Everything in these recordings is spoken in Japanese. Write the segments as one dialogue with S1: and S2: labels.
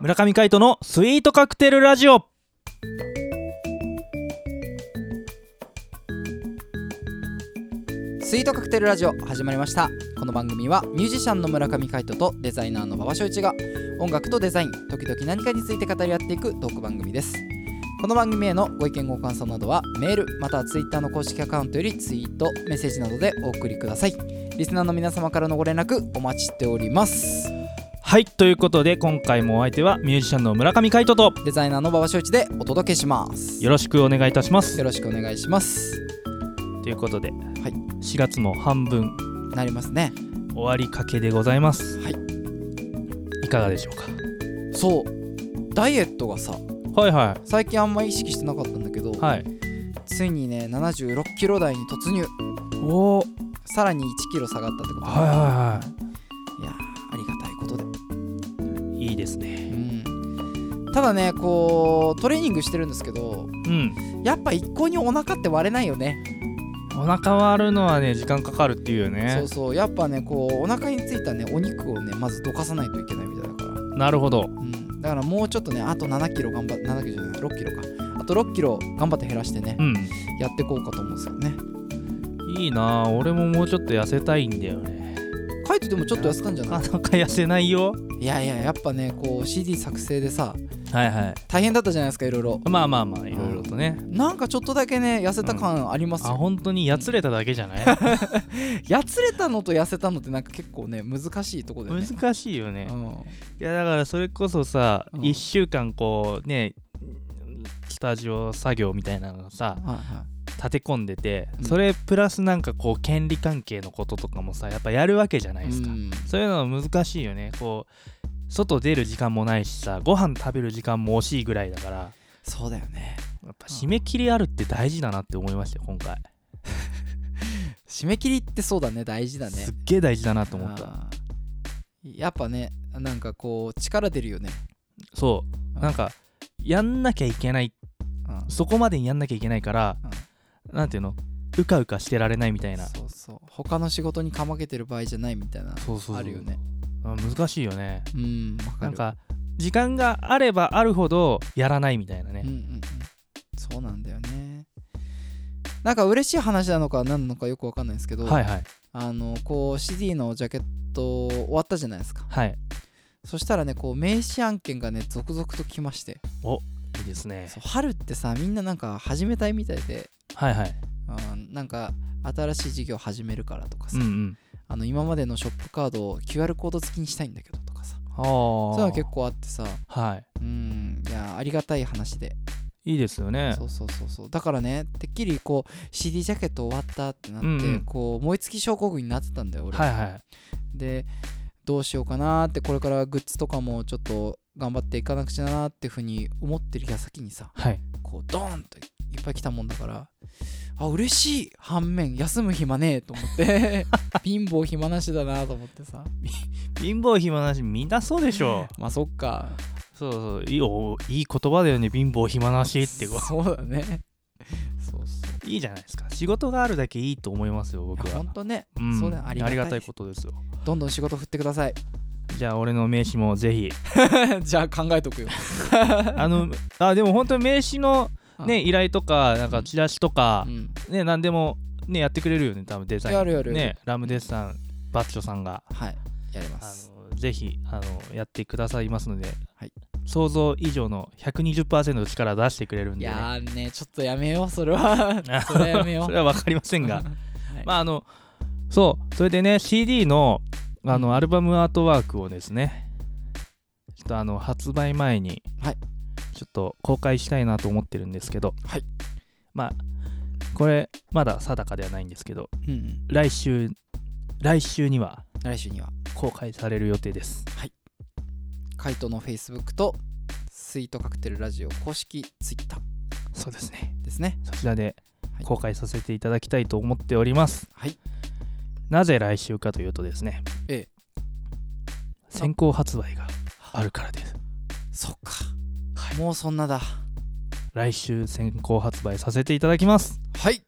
S1: 村上海人のスイートカクテルラジオ
S2: スイートカクテルラジオ始まりましたこの番組はミュージシャンの村上海人とデザイナーの馬場翔一が音楽とデザイン時々何かについて語り合っていくトーク番組ですこの番組へのご意見ご感想などはメールまたはツイッターの公式アカウントよりツイートメッセージなどでお送りくださいリスナーの皆様からのご連絡お待ちしております
S1: はいということで今回もお相手はミュージシャンの村上海人と
S2: デザイナーの馬場翔一でお届けします
S1: よろしくお願いいたします
S2: よろしくお願いします
S1: ということで、はい4月も半分
S2: なりますね
S1: 終わりかけでございます、
S2: はい、
S1: いかがでしょうか
S2: そうダイエットがさ
S1: はいは
S2: 最近あんま意識してなかったんだけど、
S1: いはい
S2: ついにね76キロ台に突入
S1: お
S2: さらに1キロ下がったってこと
S1: はいはい
S2: やーありがたいことで、
S1: いはいいいですね
S2: うん、ただねこうトレーニングしてるんですけど
S1: うん
S2: やっぱ一向にお腹って割れないよね
S1: お腹割るのはね時間かかるっていうよ
S2: そ
S1: ね
S2: うそうやっぱねこうお腹についたねお肉をねまずどかさないといけないみたいだから、
S1: なるほど
S2: うん、だからもうちょっとねあと7キロ頑張って7キロじゃない6キロかあと6キロ頑張って減らしてね
S1: うん
S2: やっていこうかと思うんですよね
S1: いいなあ俺ももうちょっと痩せたいんだよ ね
S2: カイトでもちょっと痩せたんじゃ
S1: な
S2: な
S1: かなか痩せないよ
S2: いいやいややっぱねこう CD 作成でさ
S1: はいはい
S2: 大変だったじゃないですかいろいろ
S1: まあまあまあいろいろとね
S2: なんかちょっとだけね痩せた感あります
S1: あ
S2: よ、
S1: 本当にやつれただけじゃない
S2: やつれたのと痩せたのってなんか結構ね難しいと こだよね、
S1: 難しいよね
S2: うん、
S1: いやだからそれこそさ
S2: うん
S1: 1週間こうねスタジオ作業みたいなのさ
S2: はいは
S1: 立て込んでて
S2: うん
S1: それプラスなんかこう権利関係のこととかもさやっぱやるわけじゃない
S2: い
S1: ですか
S2: うん
S1: そういうのは難しいよねこう外出る時間もないしさご飯食べる時間も惜しいぐらいだからや
S2: そうだよね
S1: っぱ締め切りあるって大事だなって思いましたよ今回、
S2: 締め切りってそうだね大事だね
S1: すっげえ大事だなと思った
S2: あーやっぱねなんかこう力出るよね
S1: そううなんかやんなきゃいけない
S2: うん
S1: そこまでにやんなきゃいけないからなんていうのうかうかしてられないみたいな
S2: そうそう他の仕事にかまけてる場合じゃないみたいな
S1: そうそうそう
S2: あるよね
S1: あ難しいよね
S2: うんわかる
S1: なんか時間があればあるほどやらないみたいなね
S2: うんうんうんそうなんだよねなんか嬉しい話なのか何なのかよくわかんないですけど、
S1: はいはい
S2: あのこう CD のジャケット終わったじゃないですか
S1: はい
S2: そしたらねこう名刺案件がね続々と来まして
S1: いいですね
S2: そう春ってさみんななんか始めたいみたいで、
S1: はいはい
S2: うん、なんか新しい事業始めるからとか
S1: う
S2: さ、
S1: んうん
S2: あの今までのショップカードを QR コード付きにしたいんだけどとかさ
S1: ああ
S2: そういうのが結構あってさ
S1: はい
S2: うんいやありがたい話で
S1: いいですよね
S2: そうそうそうそうだからねてっきりこう CD ジャケット終わったってなって、
S1: うんうん
S2: こう燃え尽き症候群になってたんだよ俺、
S1: はいはい
S2: でどうしようかなーってこれからグッズとかもちょっと頑張っていかなくちゃなーってふうに思ってる矢先にさ
S1: はい
S2: こうドーンといっぱい来たもんだからあ嬉しい反面休む暇ねえと思って 貧乏暇なしだなと思ってさ
S1: 貧乏暇なしみんなそうでしょ
S2: まあそっか
S1: そうそういいおいい言葉だよね貧乏暇なしってこ
S2: そうだねそうそう
S1: ういいじゃないですか仕事があるだけいいと思いますよ僕
S2: いや
S1: は
S2: ほんとね、
S1: うん
S2: そうだよありが
S1: ありが
S2: た
S1: た
S2: い
S1: いことですよ
S2: どんどん仕事振ってください
S1: じゃあ俺の名刺もぜひ
S2: じゃあ考えとくよ
S1: あのあでも本当に名刺の
S2: う
S1: ね依頼とかなんかチラシとか
S2: う、ん
S1: ね何でもねやってくれるよね多分デザイン
S2: やるやる
S1: ねラムデスさんバッチョさんが
S2: はいやりま
S1: あ
S2: す
S1: のぜひあのやってくださいますので、
S2: はい
S1: 想像以上の120%力出してくれるん
S2: い
S1: で、ね、
S2: やーねちょっとやめようそれ はそれやめよう
S1: それは分かりませんが
S2: はい
S1: まああのそうそれでね CD のあの、
S2: うん
S1: アルバムアートワークをですねちょっとあの発売前に、
S2: はい
S1: ちょっと公開したいなと思ってるんですけど、
S2: はい
S1: まあこれまだ定かではないんですけど
S2: うんうん、
S1: 来週来週には
S2: 来週には
S1: 公開される予定です
S2: カイトの Facebook とスイートカクテルラジオ公式 Twitter
S1: そうですね
S2: ですね
S1: そちらで
S2: はい
S1: 公開させていただきたいと思っております、
S2: はい
S1: なぜ来週かというとですね
S2: ええ
S1: 先行発売があるからです
S2: そっか、もうそんなだ
S1: 来週先行発売させていただきます
S2: はい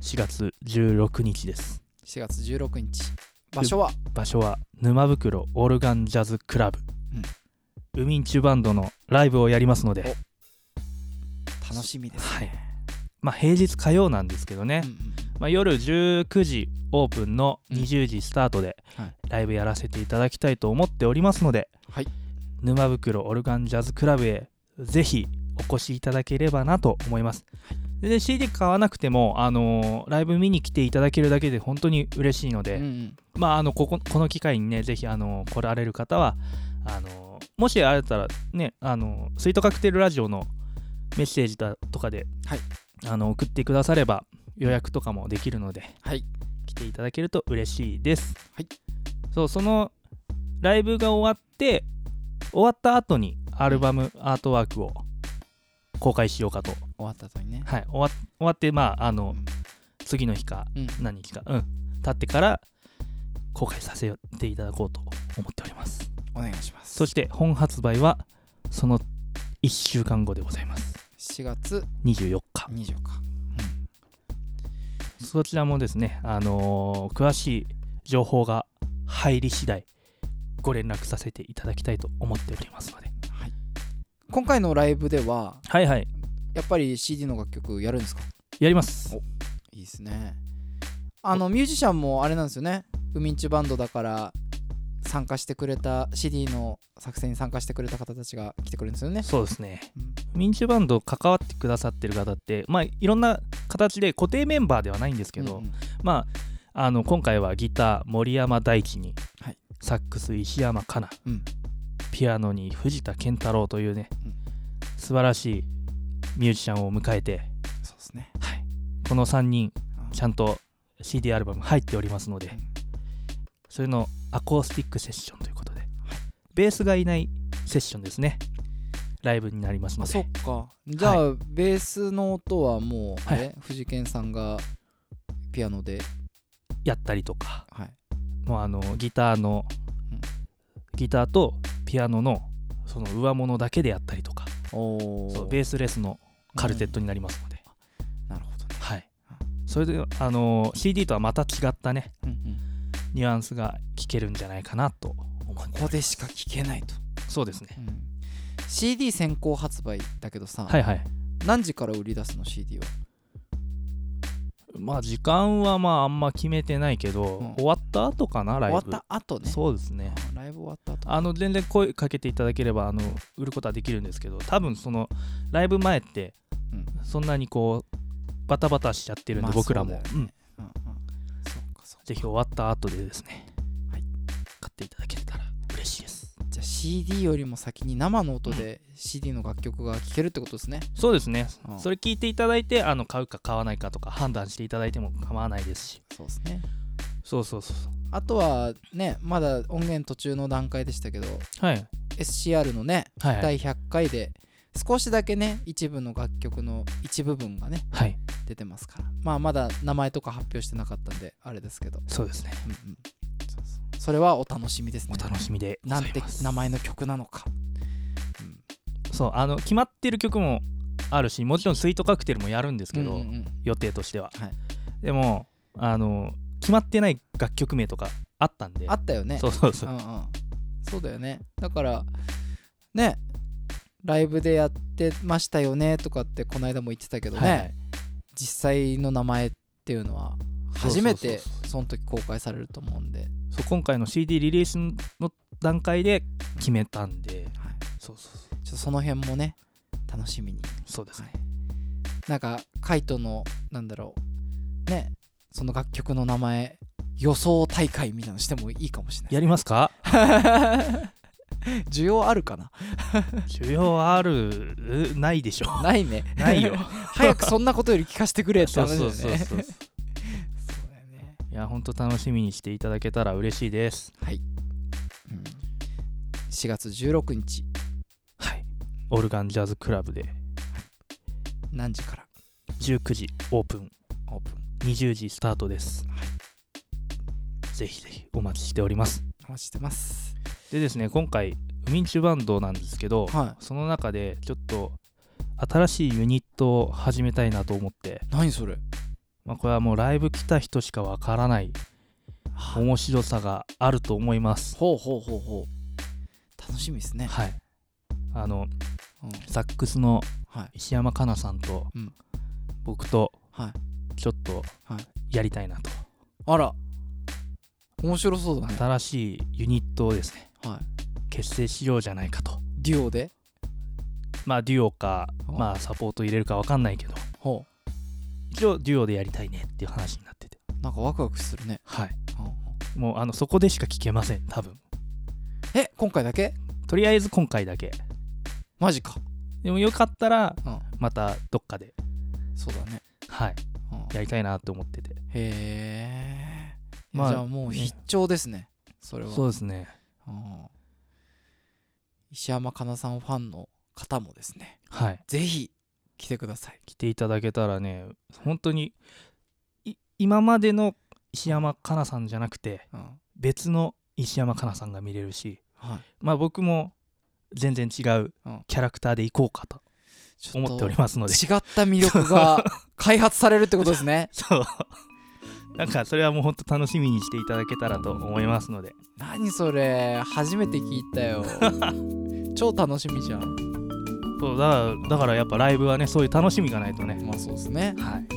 S1: 4月16日です
S2: 4月16日場所は
S1: 場所は沼袋オルガンジャズクラブ、ウミンチュバンドのライブをやりますので、
S2: 楽しみです、
S1: はいまあ、平日火曜なんですけどね、
S2: うんうん
S1: まあ、夜19時オープンの20時スタートで
S2: はい
S1: ライブやらせていただきたいと思っておりますので、
S2: はい
S1: 沼袋オルガンジャズクラブへぜひお越しいただければなと思います。で CD 買わなくても、あのーライブ見に来ていただけるだけで本当に嬉しいので、
S2: うんうん
S1: まあ、あのこここの機会にねぜひあの来られる方はあのもしあれだったらねあのスイートカクテルラジオのメッセージだとかで、
S2: はい
S1: あの送ってくだされば予約とかもできるので
S2: はい
S1: 来ていただけると嬉しいです、
S2: はい、
S1: そうそのライブが終わって終わった後にアルバムアートワークを公開しようかと、
S2: 終わった後にね、
S1: はい、終わ終わってまああの
S2: うん
S1: 次の日か
S2: うん、
S1: 何日かうん経ってから公開させていただこうと思っております
S2: お願いします
S1: そして本発売はその1週間後でございます
S2: 4月
S1: 24日
S2: 24日
S1: そちらもですねあのー詳しい情報が入り次第ご連絡させていただきたいと思っておりますので
S2: 今回のライブでは
S1: はいはい
S2: やっぱり CD の楽曲やるんですか
S1: やります
S2: いいですねあのミュージシャンもあれなんですよねウミンチュバンドだから参加してくれた CD の作成に参加してくれた方たちが来てくれるんですよね、
S1: そうですね
S2: うん
S1: ミンチュバンド関わってくださってる方ってまあいろんな形で固定メンバーではないんですけど、
S2: うんうん
S1: まあ、あの今回はギター森山大輝に、
S2: はい
S1: サックス石山かな、
S2: うん
S1: ピアノに藤田健太郎というね、
S2: うん
S1: 素晴らしいミュージシャンを迎えて、
S2: そうですね
S1: はいこの3人
S2: あ
S1: ちゃんと CD アルバム入っておりますので、
S2: うん
S1: それのアコースティックセッションということで、ベースがいないセッションですねライブになりますの
S2: あ
S1: で
S2: そっかじゃあ、ベースの音はもう、
S1: はい
S2: え藤健さんがピアノで、
S1: やったりとか
S2: はい、
S1: もうあのギターの、
S2: うん
S1: ギターとピアノのその上物だけでやったりとか
S2: おお
S1: そうベースレスのカルテッ
S2: ト、
S1: トになりますので、
S2: うんなるほどね、
S1: はいそれで、あのー CD とはまた違ったね
S2: うんうん
S1: ニュアンスが聞けるんじゃないかなと思って
S2: ここでしか聴けないと、
S1: そうですね
S2: うん CD 先行発売だけどさ、
S1: はいはい
S2: 何時から売り出すの CD は
S1: まあ時間はまああんま決めてないけど、
S2: うん
S1: 終わった後かなライ
S2: 終
S1: ブ
S2: わった後ね
S1: そうですね
S2: あライブ終わった後
S1: あの全然声かけていただければあの売ることはできるんですけど多分そのライブ前って
S2: うん
S1: そんなにこうバタバタしちゃってるんで、
S2: まあ
S1: 僕らも、
S2: そうだよ
S1: うん、
S2: うんうんそうかそうか
S1: ぜひ終わった後でですね、
S2: はい
S1: 買っていただけたら嬉しいです
S2: じゃあ CD よりも先に生の音で CD の楽曲が聴けるってことですね
S1: そうですね、
S2: うん
S1: それ聞いていただいてあの買うか買わないかとか判断していただいても構わないですし
S2: そうですね
S1: そうそうそうそ
S2: あとはねまだ音源途中の段階でしたけど
S1: うはい
S2: SCR のね
S1: はいはい
S2: 第100回で少しだけね一部の楽曲の一部分がね
S1: はい
S2: 出てますからまあまだ名前とか発表してなかったんであれですけど、
S1: そうですね
S2: うんうんそうそうそれはお楽しみですね
S1: お楽しみでご
S2: な
S1: ざ
S2: ん
S1: い
S2: て
S1: ます
S2: 名前の曲なのか、
S1: そうあの決まってる曲もあるしもちろんスイートカクテルもやるんですけど、
S2: うんうんうん
S1: 予定としては、
S2: はい
S1: でもあの決まってない楽曲名とかあったんで
S2: あったよね
S1: そうそうそう、
S2: うんうん、そうだよねだからねライブでやってましたよねとかってこの間も言ってたけどね、
S1: はいはい
S2: 実際の名前っていうのは
S1: そうそうそうそ
S2: 初
S1: う
S2: めてその時公開されると思うんで、
S1: そう今回の CD リリースの段階で決めたんで
S2: はい
S1: そうそうそう
S2: ちょっとその辺もね楽しみに、
S1: そうですね、
S2: なんかカイトのなんだろうねその楽曲の名前予想大会みたいなのしてもいいかもしれない
S1: やりますか
S2: 需要あるかな
S1: 需要あるうないでしょ
S2: ないね
S1: ないよ
S2: 早くそんなことより聞かせてくれって
S1: そう
S2: 話だ
S1: そ
S2: よ
S1: う
S2: ね
S1: そうそう
S2: そうだよね
S1: いや本当楽しみにしていただけたら嬉しいです
S2: はい、4月16日
S1: はいオルガンジャズクラブで
S2: 何時から
S1: 19時オープン
S2: オープン
S1: 20時スタートです、ぜひぜひお待ちしております
S2: お待ちしてます
S1: でですね今回ウミンチュバンドなんですけど、
S2: は
S1: その中でちょっと新しいユニットを始めたいなと思って
S2: い何それ
S1: まあ、これはもうライブ来た人しかわからない
S2: はあ
S1: 面白さがあると思います。
S2: ほうほうほうほう楽しみですね、
S1: はい、あの
S2: うん
S1: サックスの
S2: はい
S1: 石山かなさんと
S2: うん
S1: 僕と
S2: はい
S1: ちょっと
S2: はい
S1: やりたいなと、
S2: あら面白そうだね
S1: 新しいユニットをですね
S2: はい
S1: 結成しようじゃないかと
S2: デュオで
S1: まあデュオか
S2: あ
S1: まあサポート入れるかわかんないけど
S2: ほ
S1: 一応デュオでやりたいねっていう話になってて
S2: うなんかワクワクするね、
S1: はい
S2: うんうん
S1: もうあのそこでしか聞けません多分
S2: え今回だけ
S1: とりあえず今回だけ
S2: マジか
S1: でもよかったら
S2: うん
S1: またどっかで
S2: そうだね、
S1: はい
S2: うん
S1: やりたいなと思ってて
S2: へえ、
S1: まあ
S2: じゃあもう必聴ですねそれは
S1: そうですね
S2: うん石山かなさんファンの方もですね
S1: はい
S2: ぜひ来てください
S1: 来ていただけたらね本当にい今までの石山かなさんじゃなくて
S2: うん
S1: 別の石山かなさんが見れるし
S2: はい
S1: まあ僕も全然違う
S2: うん
S1: キャラクターでいこうかと
S2: ちょ
S1: 思
S2: っ
S1: って
S2: と
S1: お
S2: 違
S1: り
S2: っ
S1: ますので
S2: た魅力が開発されるってことですね
S1: そうなんかそれはもうほんと楽しみにしていただけたらと思いますので
S2: 何それ初めて聞いたよ 超楽しみじゃん
S1: そうだからだからやっぱライブはねそういう楽しみがないとね
S2: まあそうですね
S1: はい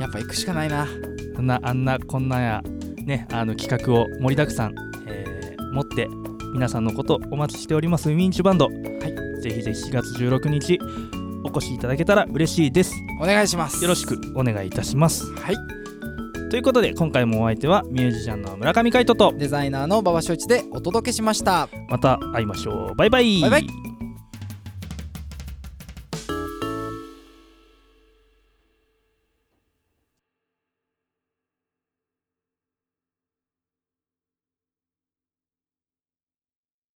S2: やっぱ行くしかないな
S1: そんなあんなこんなやねあの企画を盛りだくさん、えー持って皆さんのことお待ちしておりますウィンチュバンド、はい、ぜひぜひ4月16日お越しいただけたら嬉しいです
S2: お願いします
S1: よろしくお願いいたします
S2: はい
S1: ということで今回もお相手はミュージシャンの村上海人と
S2: デザイナーの馬場翔一でお届けしました
S1: また会いましょうバイバイ
S2: バイバイ